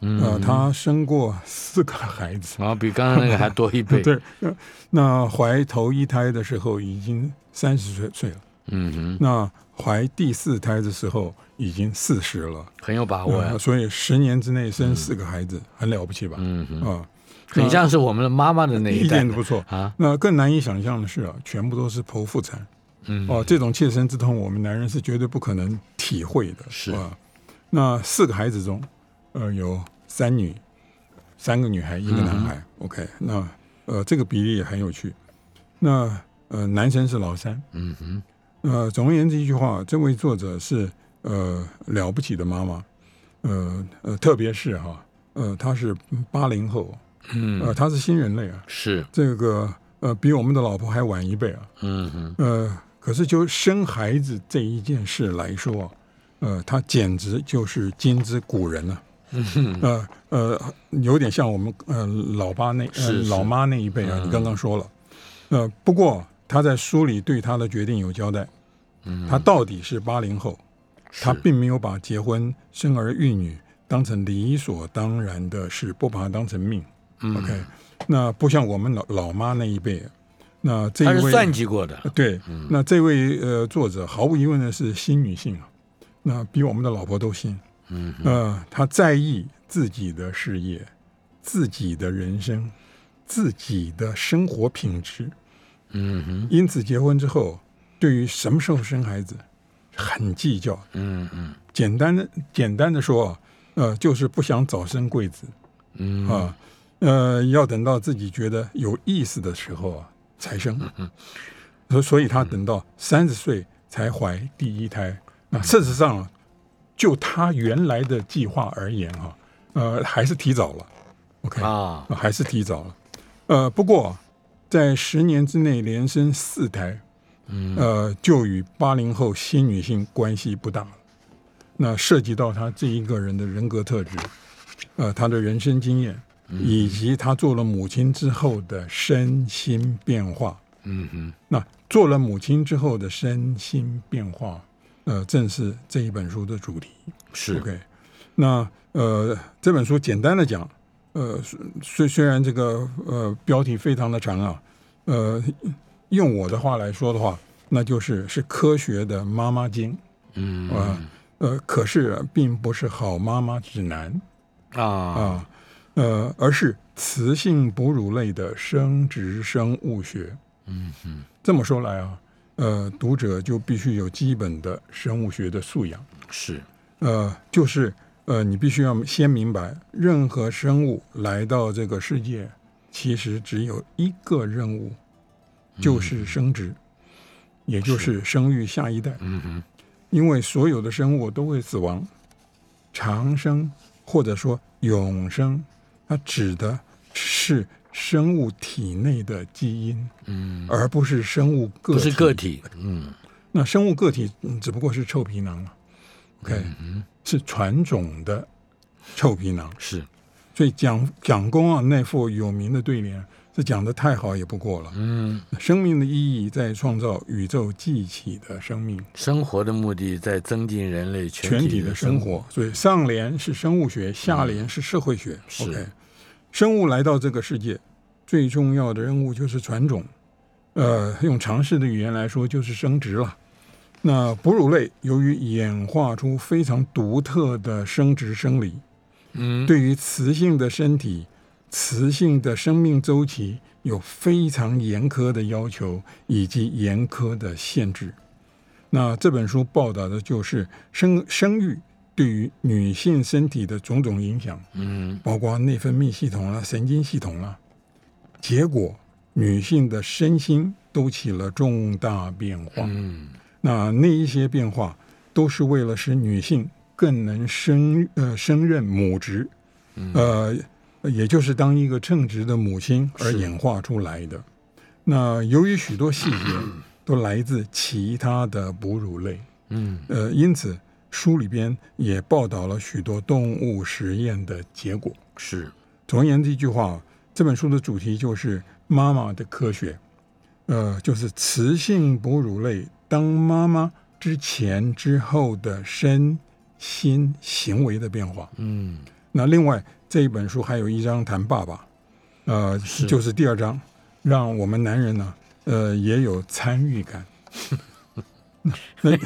Speaker 3: 呃，
Speaker 2: 嗯，
Speaker 3: 他生过四个孩子，
Speaker 2: 然后啊比刚刚那个还多一倍，，
Speaker 3: 对，呃那怀头一胎的时候已经三十岁岁了，
Speaker 2: 嗯哼，
Speaker 3: 那怀第四胎的时候已经四十了，
Speaker 2: 很有把握呀
Speaker 3: 呃，所以十年之内生四个孩子，很了不起吧？
Speaker 2: 嗯哼，
Speaker 3: 啊，
Speaker 2: 很像是我们的妈妈的那
Speaker 3: 一
Speaker 2: 代
Speaker 3: 点都不错。
Speaker 2: 啊，
Speaker 3: 那更难以想象的是啊，全部都是剖腹产
Speaker 2: 嗯，
Speaker 3: 哦，这种切身之痛，我们男人是绝对不可能体会的。
Speaker 2: 是
Speaker 3: 啊，那四个孩子中，呃，有三女，三个女孩，一个男孩。OK，那
Speaker 2: 嗯
Speaker 3: 呃，这个比例也很有趣。那呃，男生是老三。
Speaker 2: 嗯哼，
Speaker 3: 呃，总而言之一句话，这位作者是呃了不起的妈妈，呃呃，特别是哈、呃，她是八零后，
Speaker 2: 嗯，
Speaker 3: 呃，她是新人类啊，
Speaker 2: 是，
Speaker 3: 这个呃比我们的老婆还晚一辈啊，
Speaker 2: 嗯哼，
Speaker 3: 呃，可是就生孩子这一件事来说，呃，她简直就是今之古人 了、呃呃，有点像我们呃老八那、呃、
Speaker 2: 是是
Speaker 3: 老妈那一辈啊，
Speaker 2: 嗯
Speaker 3: 你刚刚说了，呃，不过她在书里对她的决定有交代，
Speaker 2: 嗯
Speaker 3: 她到底是八零后，她
Speaker 2: 是
Speaker 3: 并没有把结婚、生儿育女当成理所当然的事，不把它当成命。
Speaker 2: 嗯
Speaker 3: OK，那不像我们老老妈那一辈，那这
Speaker 2: 他
Speaker 3: 一
Speaker 2: 是
Speaker 3: 位
Speaker 2: 算计过的， 嗯
Speaker 3: 对，那这位呃作者毫无疑问的是新女性啊，那比我们的老婆都新。
Speaker 2: 嗯，
Speaker 3: 呃，她在意自己的事业、自己的人生、自己的生活品质，
Speaker 2: 嗯哼，
Speaker 3: 因此结婚之后，对于什么时候生孩子很计较。
Speaker 2: 嗯嗯
Speaker 3: 简单的简单的说啊，呃，就是不想早生贵子。
Speaker 2: 嗯
Speaker 3: 啊，呃，要等到自己觉得有意思的时候啊才生，
Speaker 2: 嗯
Speaker 3: 所所以他等到三十岁才怀第一胎。那
Speaker 2: 嗯
Speaker 3: 事实上、啊，就他原来的计划而言啊，呃，还是提早了。OK
Speaker 2: 啊，
Speaker 3: 还是提早了。呃，不过在十年之内连生四胎，
Speaker 2: 嗯
Speaker 3: 呃，就与八零后新女性关系不大了。那涉及到她这一个人的人格特质，呃，她的人生经验，
Speaker 2: 嗯
Speaker 3: 以及她做了母亲之后的身心变化。
Speaker 2: 嗯哼，
Speaker 3: 那做了母亲之后的身心变化，呃，正是这一本书的主题。
Speaker 2: 是
Speaker 3: OK，那呃，这本书简单的讲，呃，虽虽虽然这个呃标题非常的长啊，呃，用我的话来说的话，那就是是科学的妈妈经
Speaker 2: 嗯
Speaker 3: 啊、呃，可是并不是好妈妈指南
Speaker 2: 啊，
Speaker 3: 啊，呃，而是雌性哺乳类的生殖生物学。
Speaker 2: 嗯哼，
Speaker 3: 这么说来啊，呃，读者就必须有基本的生物学的素养。
Speaker 2: 是，
Speaker 3: 呃，就是呃，你必须要先明白，任何生物来到这个世界，其实只有一个任务，
Speaker 2: 嗯
Speaker 3: 就是生殖，也就是生育下一代。
Speaker 2: 嗯哼，
Speaker 3: 因为所有的生物都会死亡，长生或者说永生，它指的是生物体内的基因，
Speaker 2: 嗯，
Speaker 3: 而不是生物个
Speaker 2: 不
Speaker 3: 体。
Speaker 2: 是个体，嗯
Speaker 3: 那生物个体嗯只不过是臭皮囊了，OK，、是传种的臭皮囊。
Speaker 2: 是，
Speaker 3: 所以蒋蒋公啊那副有名的对联，这讲的太好也不过了。
Speaker 2: 嗯，
Speaker 3: 生命的意义在创造宇宙记起的生命，
Speaker 2: 生活的目的在增进人类全
Speaker 3: 全体
Speaker 2: 的
Speaker 3: 的生，活。所以上联是生物学，下联是社会学。
Speaker 2: 是
Speaker 3: OK，生物来到这个世界，最重要的任务就是传种。呃，用常识的语言来说，就是生殖了。那哺乳类由于演化出非常独特的生殖生理，
Speaker 2: 嗯，
Speaker 3: 对于雌性的身体、雌性的生命周期有非常严苛的要求以及严苛的限制。那这本书报道的就是生生育对于女性身体的种种影响，
Speaker 2: 嗯
Speaker 3: 包括内分泌系统啦、啊神经系统啦。结果，女性的身心都起了重大变化。
Speaker 2: 嗯
Speaker 3: 那那一些变化都是为了使女性更能胜呃胜任母职，呃，也就是当一个称职的母亲而
Speaker 2: 是
Speaker 3: 演化出来的。那由于许多细节，都来自其他的哺乳类。
Speaker 2: 嗯
Speaker 3: 呃，因此书里边也报道了许多动物实验的结果。
Speaker 2: 是
Speaker 3: 总而言之，一句话，这本书的主题就是妈妈的科学，呃，就是雌性哺乳类当妈妈之前之后的身心行为的变化。
Speaker 2: 嗯
Speaker 3: 那另外这一本书还有一章谈爸爸，呃，
Speaker 2: 是
Speaker 3: 就是第二章，让我们男人呢，呃，也有参与感。那那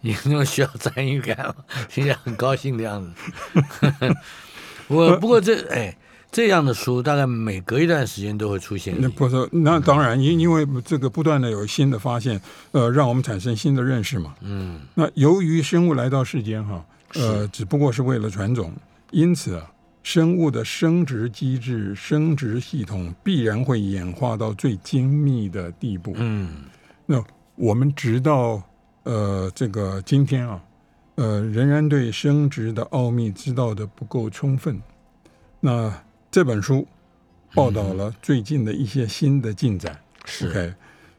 Speaker 2: 也没有需要参与感嘛，听起来很高兴的样子。 我不过这哎这样的书大概每隔一段时间都会出现
Speaker 3: 那不是，那当然，因因为这个不断的有新的发现，呃，让我们产生新的认识嘛。
Speaker 2: 嗯
Speaker 3: 那由于生物来到世间哈，呃，只不过是为了传种，因此啊，生物的生殖机制、生殖系统必然会演化到最精密的地步。
Speaker 2: 嗯
Speaker 3: 那我们直到呃这个今天啊，呃仍然对生殖的奥秘知道的不够充分。那这本书报道了最近的一些新的进展。
Speaker 2: 是
Speaker 3: OK，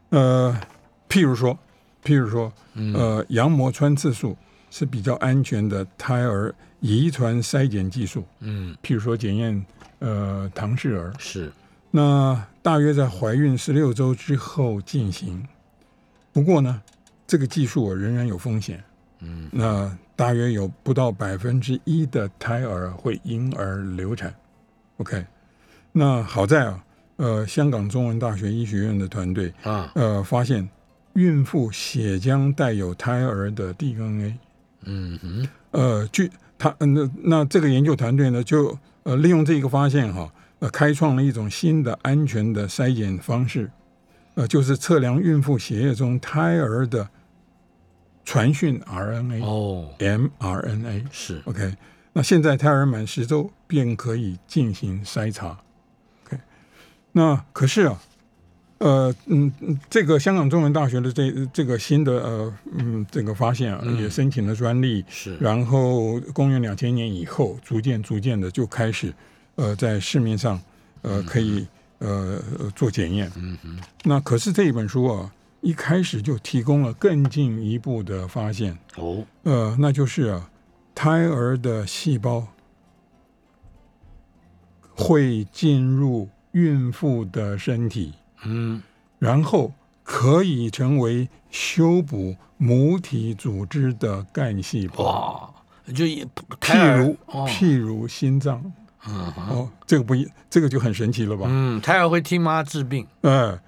Speaker 3: 呃，譬如说，譬如说，呃，羊膜穿刺术是比较安全的胎儿遗传筛检技术，
Speaker 2: 嗯
Speaker 3: 譬如说检验呃唐氏儿。
Speaker 2: 是
Speaker 3: 那大约在怀孕十六周之后进行。不过呢，这个技术仍然有风险。
Speaker 2: 嗯
Speaker 3: 那大约有不到百分之一的胎儿会因而流产。OK，那好在啊，呃，香港中文大学医学院的团队
Speaker 2: 啊
Speaker 3: 呃发现，孕妇血浆带有胎儿的 DNA。
Speaker 2: 嗯哼
Speaker 3: 呃，据他嗯那那这个研究团队呢，就呃利用这个发现哈，呃开创了一种新的安全的筛检方式，呃，就是测量孕妇血液中胎儿的传讯 RNA、
Speaker 2: 哦
Speaker 3: mRNA。
Speaker 2: 是
Speaker 3: OK，那现在胎儿满十周便可以进行筛查。OK，那可是啊，呃，嗯，嗯这个香港中文大学的这这个新的呃嗯这个发现啊，
Speaker 2: 嗯
Speaker 3: 也申请了专利，
Speaker 2: 是
Speaker 3: 然后公元两千年以后，逐渐逐渐的就开始呃在市面上呃可以呃呃做检验。
Speaker 2: 嗯哼
Speaker 3: 那可是这一本书啊，一开始就提供了更进一步的发现。
Speaker 2: 哦
Speaker 3: 呃，那就是啊，胎儿的细胞会进入孕妇的身体，
Speaker 2: 嗯
Speaker 3: 然后可以成为修补母体组织的干细胞，
Speaker 2: 哇就一胎
Speaker 3: 譬
Speaker 2: 儿
Speaker 3: 如、
Speaker 2: 哦
Speaker 3: 譬如心脏。
Speaker 2: 嗯哼
Speaker 3: 哦，这个不一，这个就很神奇了吧？
Speaker 2: 嗯胎儿会替妈治病
Speaker 3: 呃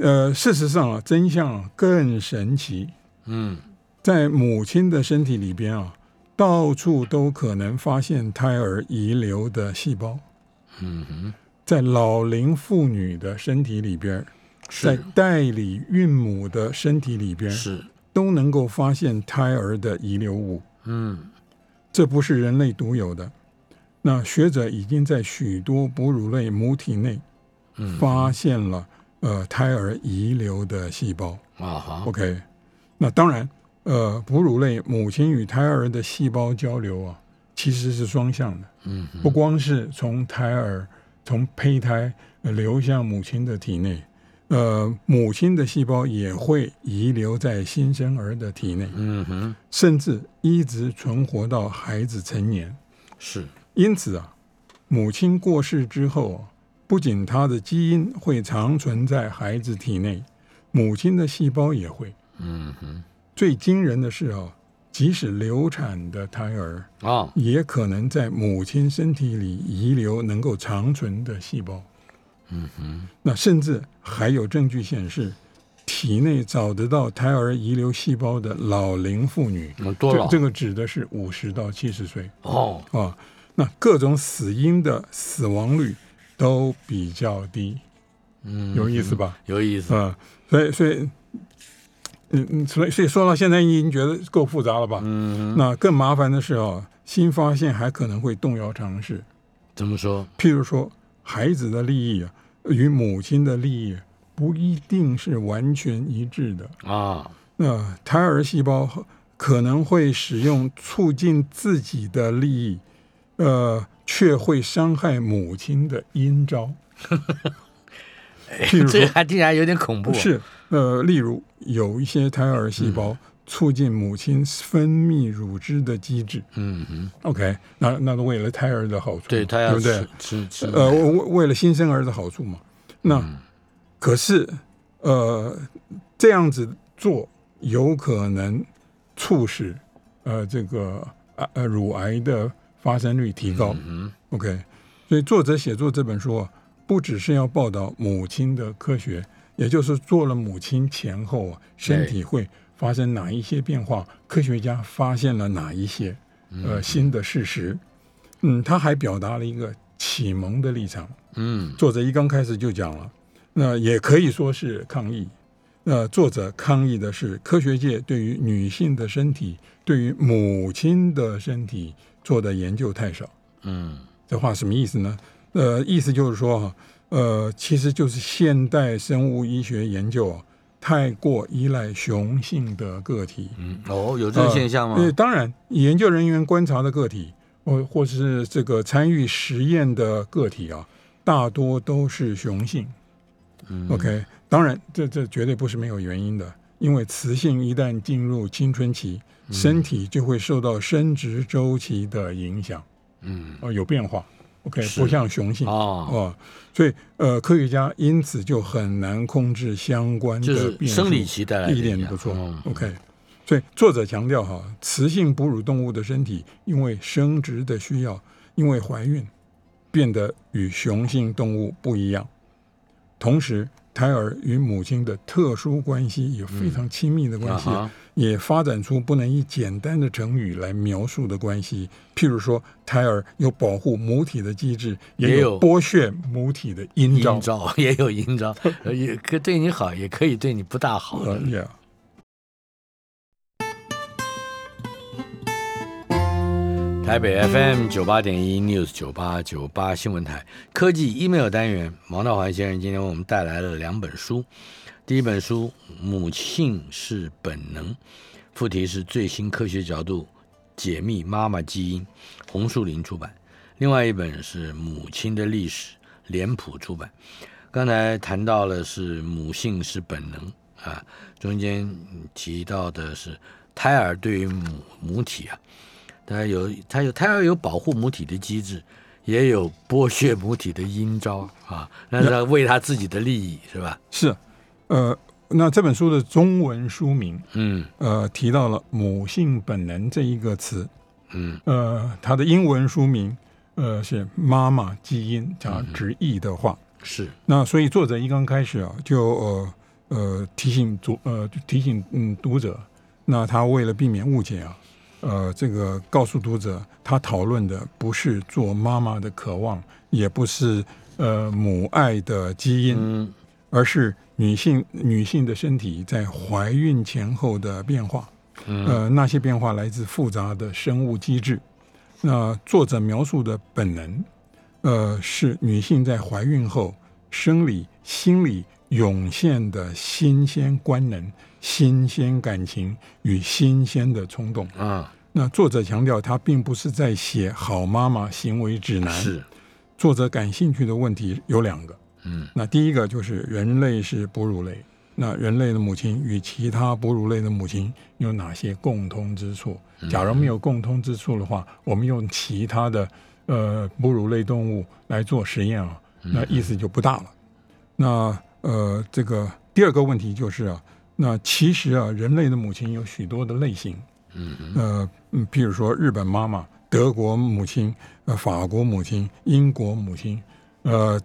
Speaker 3: 呃，事实上啊，真相啊更神奇，
Speaker 2: 嗯
Speaker 3: 在母亲的身体里边啊，到处都可能发现胎儿遗留的细胞。
Speaker 2: 嗯哼
Speaker 3: 在老龄妇女的身体里边，在
Speaker 2: 是
Speaker 3: 代理孕母的身体里边，
Speaker 2: 是
Speaker 3: 都能够发现胎儿的遗留物。
Speaker 2: 嗯
Speaker 3: 这不是人类独有的。那学者已经在许多哺乳类母体内
Speaker 2: 嗯
Speaker 3: 发现了、呃胎儿遗留的细胞。
Speaker 2: 啊哈
Speaker 3: OK，那当然，呃，哺乳类母亲与胎儿的细胞交流啊，其实是双向的，
Speaker 2: 嗯
Speaker 3: 不光是从胎儿从胚胎呃流向母亲的体内，呃，母亲的细胞也会遗留在新生儿的体内，
Speaker 2: 嗯哼
Speaker 3: 甚至一直存活到孩子成年。
Speaker 2: 是
Speaker 3: 因此啊，母亲过世之后啊，不仅她的基因会长存在孩子体内，母亲的细胞也会。
Speaker 2: 嗯哼
Speaker 3: 最惊人的是啊，即使流产的胎儿，
Speaker 2: 啊
Speaker 3: 也可能在母亲身体里遗留能够长存的细胞。
Speaker 2: 嗯哼
Speaker 3: 那甚至还有证据显示，体内找得到胎儿遗留细胞的老龄妇女，
Speaker 2: 有多老
Speaker 3: 这这个指的是五十到七十岁
Speaker 2: 哦
Speaker 3: 啊。那各种死因的死亡率都比较低，
Speaker 2: 嗯
Speaker 3: 有意思吧？
Speaker 2: 有意思
Speaker 3: 啊，所以所以，嗯嗯，所以所以说到现在，已经觉得够复杂了吧？
Speaker 2: 嗯
Speaker 3: 那更麻烦的是啊，新发现还可能会动摇常识，
Speaker 2: 怎么说
Speaker 3: 譬如说孩子的利益啊与母亲的利益不一定是完全一致的。
Speaker 2: 啊
Speaker 3: 那呃胎儿细胞可能会使用促进自己的利益，呃，却会伤害母亲的阴招。譬
Speaker 2: 这
Speaker 3: 如说
Speaker 2: 个，还听起来有点恐怖
Speaker 3: 是呃，例如有一些胎儿细胞促进母亲分泌乳汁的机制。
Speaker 2: 嗯哼，
Speaker 3: OK，那那都为了胎儿的好处，
Speaker 2: 对他要
Speaker 3: 不对
Speaker 2: 吃？吃吃，
Speaker 3: 呃，为为为了新生儿的好处嘛。那、可是呃，这样子做有可能促使呃这个呃呃乳癌的发生率提高。
Speaker 2: 嗯
Speaker 3: OK，所以作者写作这本书啊，不只是要报道母亲的科学，也就是做了母亲前后啊，身体会发生哪一些变化，科学家发现了哪一些呃新的事实。嗯，他还表达了一个启蒙的立场。
Speaker 2: 嗯
Speaker 3: 作者一刚开始就讲了，那也可以说是抗议。那作者抗议的是科学界对于女性的身体、对于母亲的身体做的研究太少。
Speaker 2: 嗯
Speaker 3: 这话什么意思呢？呃，意思就是说哈，呃，其实就是现代生物医学研究啊太过依赖雄性的个体，
Speaker 2: 嗯，哦，有这个现象吗？
Speaker 3: 呃，当然，研究人员观察的个体，或或是这个参与实验的个体啊，大多都是雄性。
Speaker 2: 嗯
Speaker 3: OK，当然，这这绝对不是没有原因的，因为雌性一旦进入青春期，
Speaker 2: 嗯
Speaker 3: 身体就会受到生殖周期的影响，
Speaker 2: 嗯
Speaker 3: 哦、有变化。OK，
Speaker 2: 是
Speaker 3: 不像雄性
Speaker 2: 哦，
Speaker 3: 哦，所以呃，科学家因此就很难控制相关
Speaker 2: 嗯
Speaker 3: 的
Speaker 2: 就是
Speaker 3: 变数
Speaker 2: 生理期带来的
Speaker 3: 一点
Speaker 2: 影响
Speaker 3: 都不错。
Speaker 2: 嗯
Speaker 3: OK，所以作者强调哈，雌性哺乳动物的身体因为生殖的需要，因为怀孕，变得与雄性动物不一样。同时，胎儿与母亲的特殊关系有非常亲密的关系，
Speaker 2: 嗯啊哈
Speaker 3: 也发展出不能以简单的成语来描述的关系。譬如说，胎儿有保护母体的机制，
Speaker 2: 也
Speaker 3: 也
Speaker 2: 有
Speaker 3: 有剥削母体的阴招
Speaker 2: 阴。招 也有阴招，呃也可对你好，也可以对你不大好
Speaker 3: 呃
Speaker 2: 的。
Speaker 3: ，yeah，
Speaker 2: 台北 FM 九八点一 News 九八九八新闻台科技 email 单元，王道环先生今天为我们带来了两本书。第一本书《母性是本能》，副题是最新科学角度解密妈妈基因，红树林出版；另外一本是《母亲的历史》，脸谱出版。刚才谈到了是母性是本能啊，中间提到的是胎儿对于母母体啊，它有它有胎儿有保护母体的机制，也有剥削母体的阴招啊，那是它为它自己的利益是吧？
Speaker 3: 是，呃，那这本书的中文书名
Speaker 2: 嗯
Speaker 3: 呃提到了“母性本能”这一个词，
Speaker 2: 嗯
Speaker 3: 呃，它的英文书名呃是“妈妈基因”，假如直译的话，
Speaker 2: 是
Speaker 3: 那所以作者一刚开始啊，就呃呃提醒读呃就提醒嗯读者，那他为了避免误解啊，呃，这个告诉读者，他讨论的不是做妈妈的渴望，也不是呃母爱的基因，
Speaker 2: 嗯
Speaker 3: 而是女性女性的身体在怀孕前后的变化。
Speaker 2: 嗯
Speaker 3: 呃，那些变化来自复杂的生物机制。那作者描述的本能，呃，是女性在怀孕后生理、心理涌现的新鲜官能、新鲜感情与新鲜的冲动。
Speaker 2: 啊
Speaker 3: 那作者强调，他并不是在写好妈妈行为指南。
Speaker 2: 是
Speaker 3: 作者感兴趣的问题有两个。
Speaker 2: 嗯
Speaker 3: 那第一个就是人类是哺乳类，那人类的母亲与其他哺乳类的母亲有哪些共通之处？假如没有共通之处的话，我们用其他的呃哺乳类动物来做实验啊，
Speaker 2: 嗯
Speaker 3: 那意思就不大了。那呃，这个第二个问题就是啊，那其实啊，人类的母亲有许多的类型，
Speaker 2: 嗯
Speaker 3: 呃，嗯，譬如说日本妈妈、德国母亲、呃法国母亲、英国母亲，呃，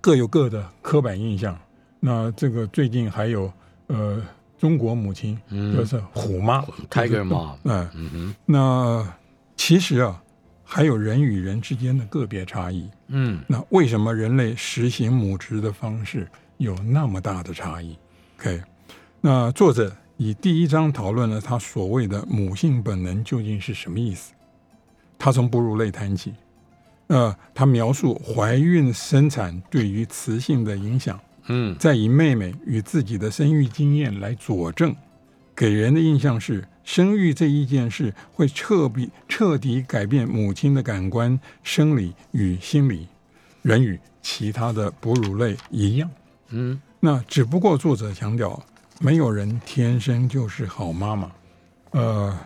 Speaker 3: 各有各的刻板印象。那这个最近还有呃中国母亲，就是虎妈、
Speaker 2: 嗯，Tiger Mom，
Speaker 3: 嗯、
Speaker 2: 嗯哼
Speaker 3: 那其实啊，还有人与人之间的个别差异。
Speaker 2: 嗯
Speaker 3: 那为什么人类实行母职的方式有那么大的差异？OK，那作者以第一章讨论了他所谓的母性本能究竟是什么意思。他从哺乳类谈起，呃，他描述怀孕生产对于雌性的影响，
Speaker 2: 嗯
Speaker 3: 再以妹妹与自己的生育经验来佐证，给人的印象是，生育这一件事会彻底彻底改变母亲的感官、生理与心理，人与其他的哺乳类一样。
Speaker 2: 嗯
Speaker 3: 那只不过作者强调，没有人天生就是好妈妈，呃，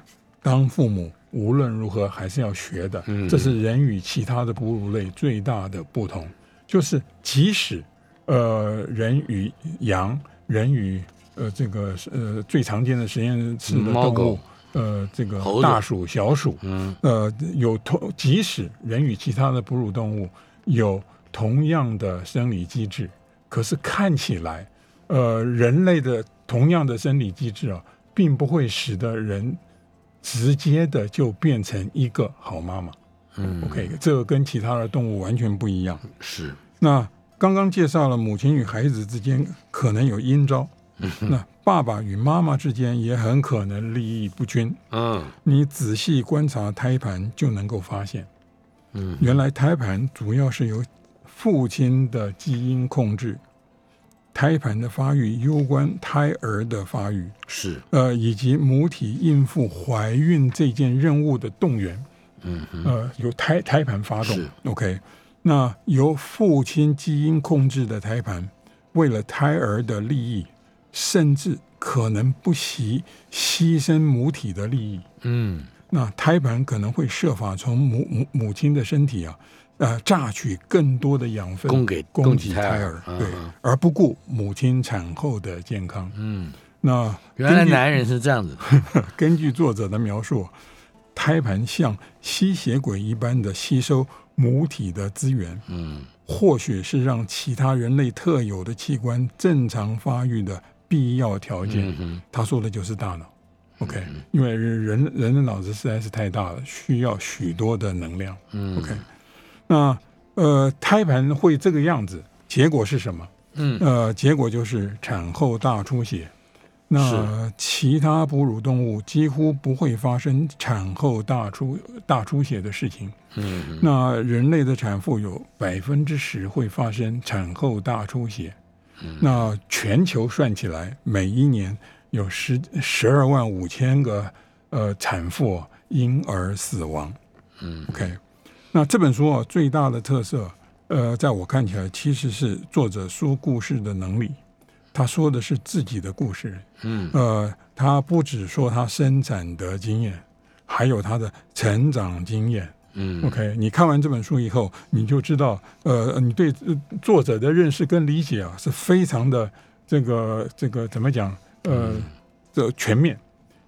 Speaker 3: 当父母无论如何还是要学的，
Speaker 2: 嗯
Speaker 3: 这是人与其他的哺乳类最大的不同，就是即使呃人与羊、人与呃这个呃最常见的实验室的
Speaker 2: 猫
Speaker 3: 动
Speaker 2: 狗
Speaker 3: 物。呃，这个
Speaker 2: 猴子
Speaker 3: 大鼠、小鼠，
Speaker 2: 嗯，
Speaker 3: 呃，有同即使人与其他的哺乳动物有同样的生理机制，可是看起来，呃，人类的同样的生理机制啊，并不会使得人直接的就变成一个好妈妈。
Speaker 2: 嗯
Speaker 3: ，OK，这个跟其他的动物完全不一样。
Speaker 2: 是，
Speaker 3: 那刚刚介绍了母亲与孩子之间可能有阴招，那爸爸与妈妈之间也很可能利益不均。
Speaker 2: 嗯
Speaker 3: 你仔细观察胎盘就能够发现，
Speaker 2: 嗯，
Speaker 3: 原来胎盘主要是由父亲的基因控制，胎盘的发育攸关胎儿的发育，
Speaker 2: 是，
Speaker 3: 呃，以及母体应付怀孕这件任务的动员，
Speaker 2: 嗯哼，
Speaker 3: 呃，由胎胎盘发动
Speaker 2: 是。
Speaker 3: OK，那由父亲基因控制的胎盘，为了胎儿的利益，甚至可能不惜牺牲母体的利益。
Speaker 2: 嗯
Speaker 3: 那胎盘可能会设法从母母母亲的身体啊，呃，榨取更多的养分，
Speaker 2: 供给供
Speaker 3: 供
Speaker 2: 给
Speaker 3: 给
Speaker 2: 胎
Speaker 3: 胎
Speaker 2: 儿
Speaker 3: 儿，
Speaker 2: 嗯
Speaker 3: 对
Speaker 2: 嗯，
Speaker 3: 而不顾母亲产后的健康。
Speaker 2: 嗯，
Speaker 3: 那
Speaker 2: 原来
Speaker 3: 根据
Speaker 2: 男人是这样子的，
Speaker 3: 根据 作者的描述，胎盘像吸血鬼一般的吸收母体的资源，
Speaker 2: 嗯
Speaker 3: 或许是让其他人类特有的器官正常发育的必要条件。
Speaker 2: 嗯哼，嗯
Speaker 3: 他说的就是大脑。OK，因为人人的脑子实在是太大了，需要许多的能量。
Speaker 2: 嗯
Speaker 3: OK，那呃，胎盘会这个样子，结果是什么？
Speaker 2: 嗯
Speaker 3: 呃，结果就是产后大出血。那其他哺乳动物几乎不会发生产后大出大出血的事情。
Speaker 2: 嗯哼，
Speaker 3: 那人类的产妇有百分之十会发生产后大出血。那全球算起来，每一年有十十二万五千个呃产妇因而死亡。
Speaker 2: 嗯
Speaker 3: ，OK。那这本书啊，最大的特色，呃，在我看起来，其实是作者说故事的能力。他说的是自己的故事，
Speaker 2: 嗯
Speaker 3: 呃，他不只说他生产的经验，还有他的成长经验。
Speaker 2: 嗯
Speaker 3: OK，你看完这本书以后，你就知道，呃，你对呃作者的认识跟理解啊，是非常的这个这个怎么讲？呃，这全面。
Speaker 2: 嗯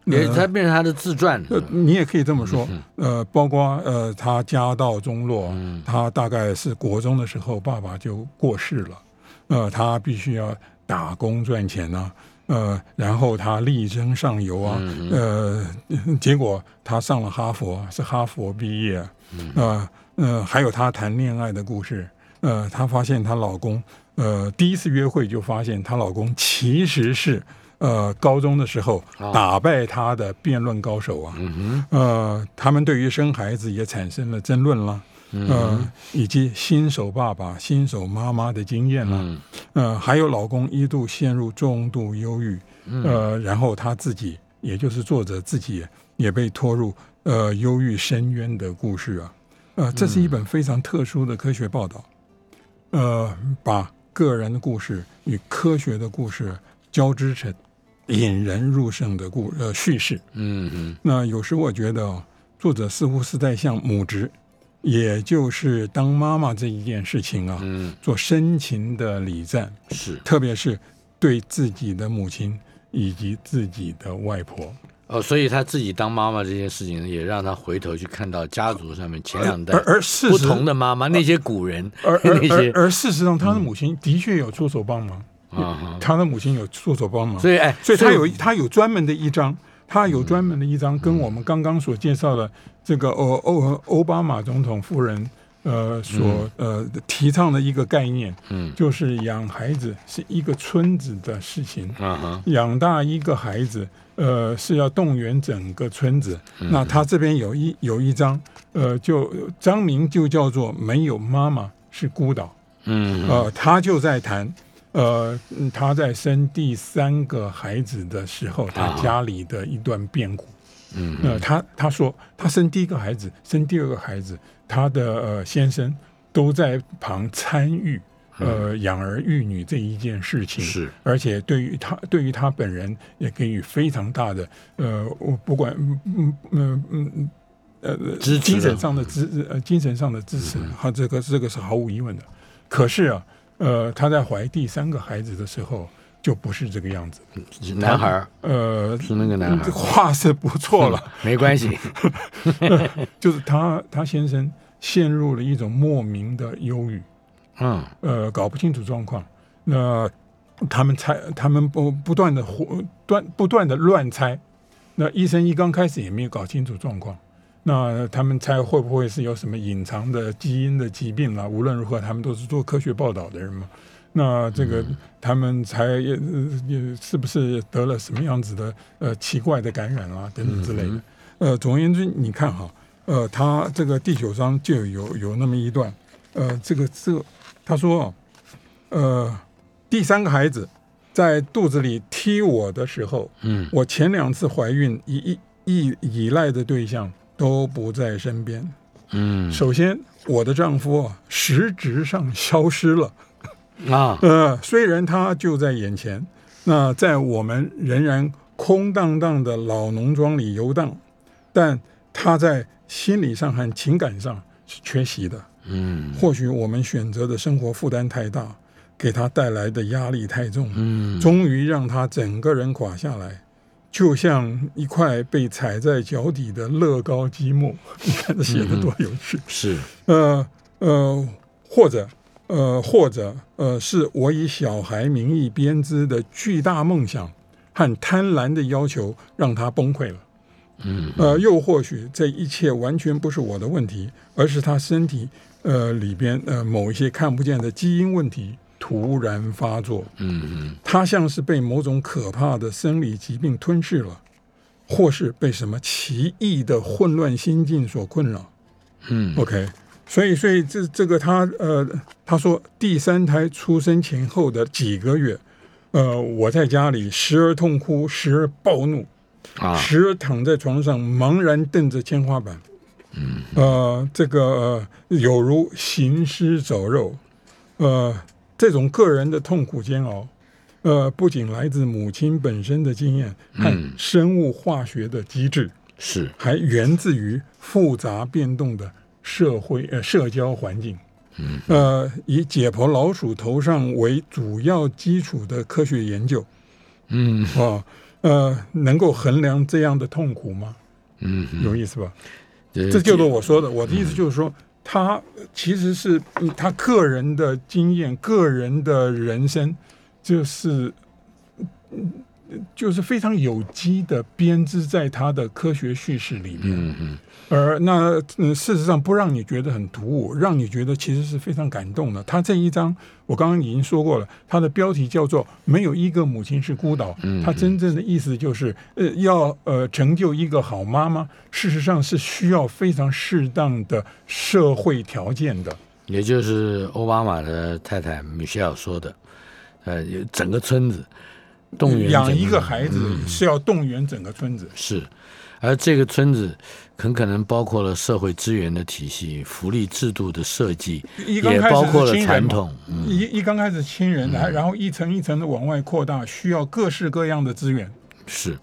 Speaker 2: 也
Speaker 3: 呃
Speaker 2: 他变成他的自传了，
Speaker 3: 呃，你也可以这么说，呃，包括呃，他家道中落，他大概是国中的时候，爸爸就过世了，呃，他必须要打工赚钱呐、呃，然后他力争上游啊，呃，结果他上了哈佛，是哈佛毕业，呃呃，还有他谈恋爱的故事，呃，她发现她老公，呃，第一次约会就发现她老公其实是呃高中的时候打败她的辩论高手啊，
Speaker 2: 啊嗯
Speaker 3: 呃，他们对于生孩子也产生了争论啦，
Speaker 2: 嗯
Speaker 3: 呃，以及新手爸爸、新手妈妈的经验啦，
Speaker 2: 嗯
Speaker 3: 呃，还有老公一度陷入重度忧郁，
Speaker 2: 嗯
Speaker 3: 呃，然后他自己，也就是作者自己也被拖入呃忧郁深渊的故事啊，呃，这
Speaker 2: 嗯
Speaker 3: 是一本非常特殊的科学报道，呃，把个人的故事与科学的故事交织成引人入胜的故呃叙事。
Speaker 2: 嗯嗯
Speaker 3: 那有时我觉得哦，作者似乎是在向母职，也就是当妈妈这一件事情啊，
Speaker 2: 嗯，
Speaker 3: 做深情的礼赞。
Speaker 2: 是
Speaker 3: 特别是对自己的母亲以及自己的外婆。
Speaker 2: 哦，所以他自己当妈妈这件事情，也让他回头去看到家族上面前两代
Speaker 3: 而而事
Speaker 2: 不
Speaker 3: 实，
Speaker 2: 同的妈妈，那些古人，
Speaker 3: 而而
Speaker 2: 那些嗯
Speaker 3: 而而事实上，他的母亲的确有出手帮忙，
Speaker 2: 啊哈，
Speaker 3: 他的母亲有出手帮忙，
Speaker 2: 所以哎，
Speaker 3: 所以他有他有专门的一章。他有专门的一章，跟我们刚刚所介绍的这个欧欧奥巴马总统夫人呃所呃提倡的一个概念，
Speaker 2: 嗯
Speaker 3: 就是养孩子是一个村子的事情，
Speaker 2: 啊哈，
Speaker 3: 养大一个孩子，呃，是要动员整个村子。
Speaker 2: 嗯
Speaker 3: 那他这边有一有一章，呃，就章名就叫做“没有妈妈是孤岛”。
Speaker 2: 嗯
Speaker 3: 呃，他就在谈，呃，嗯他在生第三个孩子的时候，他家里的一段变故。
Speaker 2: 嗯
Speaker 3: 呃，他他说他生第一个孩子，生第二个孩子，他的呃先生都在旁参与呃养儿育女这一件事情，
Speaker 2: 嗯是，
Speaker 3: 而且对于他对于他本人也给予非常大的呃，我不管嗯嗯嗯嗯呃
Speaker 2: 支持
Speaker 3: 精神
Speaker 2: 了嗯
Speaker 3: 上的支呃精神上的支持，他这个这个是毫无疑问的。可是啊，呃，她在怀第三个孩子的时候就不是这个样子，
Speaker 2: 男孩儿
Speaker 3: 呃，
Speaker 2: 是那个男孩
Speaker 3: 这
Speaker 2: 儿，
Speaker 3: 话是不错了，
Speaker 2: 没关 系，
Speaker 3: 就是他他先生陷入了一种莫名的忧郁，
Speaker 2: 嗯
Speaker 3: 呃，搞不清楚状况。那、他们猜，他们不不断的胡断不断的乱猜。那医生一刚开始也没有搞清楚状况，那他们猜会不会是有什么隐藏的基因的疾病啦、无论如何，他们都是做科学报道的人嘛。那这个他们才也也是不是得了什么样子的呃奇怪的感染啦、等等之类的。呃，总而言之，你看哈，呃，他这个第九章就有有那么一段，呃，这个这个他说哦，呃，第三个孩子在肚子里踢我的时候，
Speaker 2: 嗯，
Speaker 3: 我前两次怀孕依依依依赖的对象都不在身边。
Speaker 2: 嗯
Speaker 3: 首先，我的丈夫啊，实质上消失了。
Speaker 2: 啊，
Speaker 3: 呃，虽然他就在眼前，那在我们仍然空荡荡的老农庄里游荡，但他在心理上和情感上是缺席的。
Speaker 2: 嗯
Speaker 3: 或许我们选择的生活负担太大，给他带来的压力太重，
Speaker 2: 嗯
Speaker 3: 终于让他整个人垮下来，就像一块被踩在脚底的乐高积木。 你看这写的多有趣！
Speaker 2: 是，
Speaker 3: 呃呃，或者呃或者呃，是我以小孩名义编织的巨大梦想和贪婪的要求让他崩溃了。
Speaker 2: 嗯
Speaker 3: 呃，又或许这一切完全不是我的问题，而是他身体呃里边呃某一些看不见的基因问题突然发作，
Speaker 2: 嗯
Speaker 3: 他像是被某种可怕的生理疾病吞噬了，或是被什么奇异的混乱心境所困扰。
Speaker 2: 嗯
Speaker 3: OK，所以所以这这个他呃，他说第三胎出生前后的几个月，呃，我在家里时而痛哭，时而暴怒，
Speaker 2: 啊，
Speaker 3: 时而躺在床上茫然瞪着天花板。嗯，呃，这个、呃、有如行尸走肉，呃，这种个人的痛苦煎熬。呃，不仅来自母亲本身的经验和
Speaker 2: 嗯
Speaker 3: 生物化学的机制，
Speaker 2: 是，
Speaker 3: 还源自于复杂变动的社会呃社交环境。
Speaker 2: 嗯
Speaker 3: 呃，以解剖老鼠头上为主要基础的科学研究
Speaker 2: 嗯
Speaker 3: 啊，呃，能够衡量这样的痛苦吗？
Speaker 2: 嗯，
Speaker 3: 有意思吧？
Speaker 2: 这
Speaker 3: 这就是我说的，我的意思就是说，他其实是嗯他个人的经验、个人的人生，就是嗯就是非常有机的编织在他的科学叙事里面。
Speaker 2: 嗯嗯
Speaker 3: 而那嗯，事实上不让你觉得很突兀，让你觉得其实是非常感动的。他这一章我刚刚已经说过了，他的标题叫做“没有一个母亲是孤岛”。
Speaker 2: 嗯
Speaker 3: 他真正的意思就是，呃，要呃成就一个好妈妈，事实上是需要非常适当的社会条件的。
Speaker 2: 也就是奥巴马的太太米歇尔说的，呃，有整个村子动员
Speaker 3: 养
Speaker 2: 整嗯
Speaker 3: 一个孩子是要动员整个村子。
Speaker 2: 是，而这个村子很可能包括了社会资源的体系、福利制度的设计，
Speaker 3: 一刚
Speaker 2: 也
Speaker 3: 开始
Speaker 2: 包
Speaker 3: 是
Speaker 2: 括了嗯
Speaker 3: 亲人
Speaker 2: 传
Speaker 3: 嘛
Speaker 2: 统。嗯
Speaker 3: 一一刚开始亲人，然后然后一层一层的往外扩大，需要各式各样的资源。
Speaker 2: 是，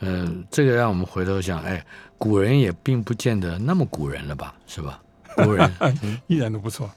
Speaker 2: 呃，这个让我们回头想，哎，古人也并不见得那么古人了吧，是吧？古人
Speaker 3: 依然都不错。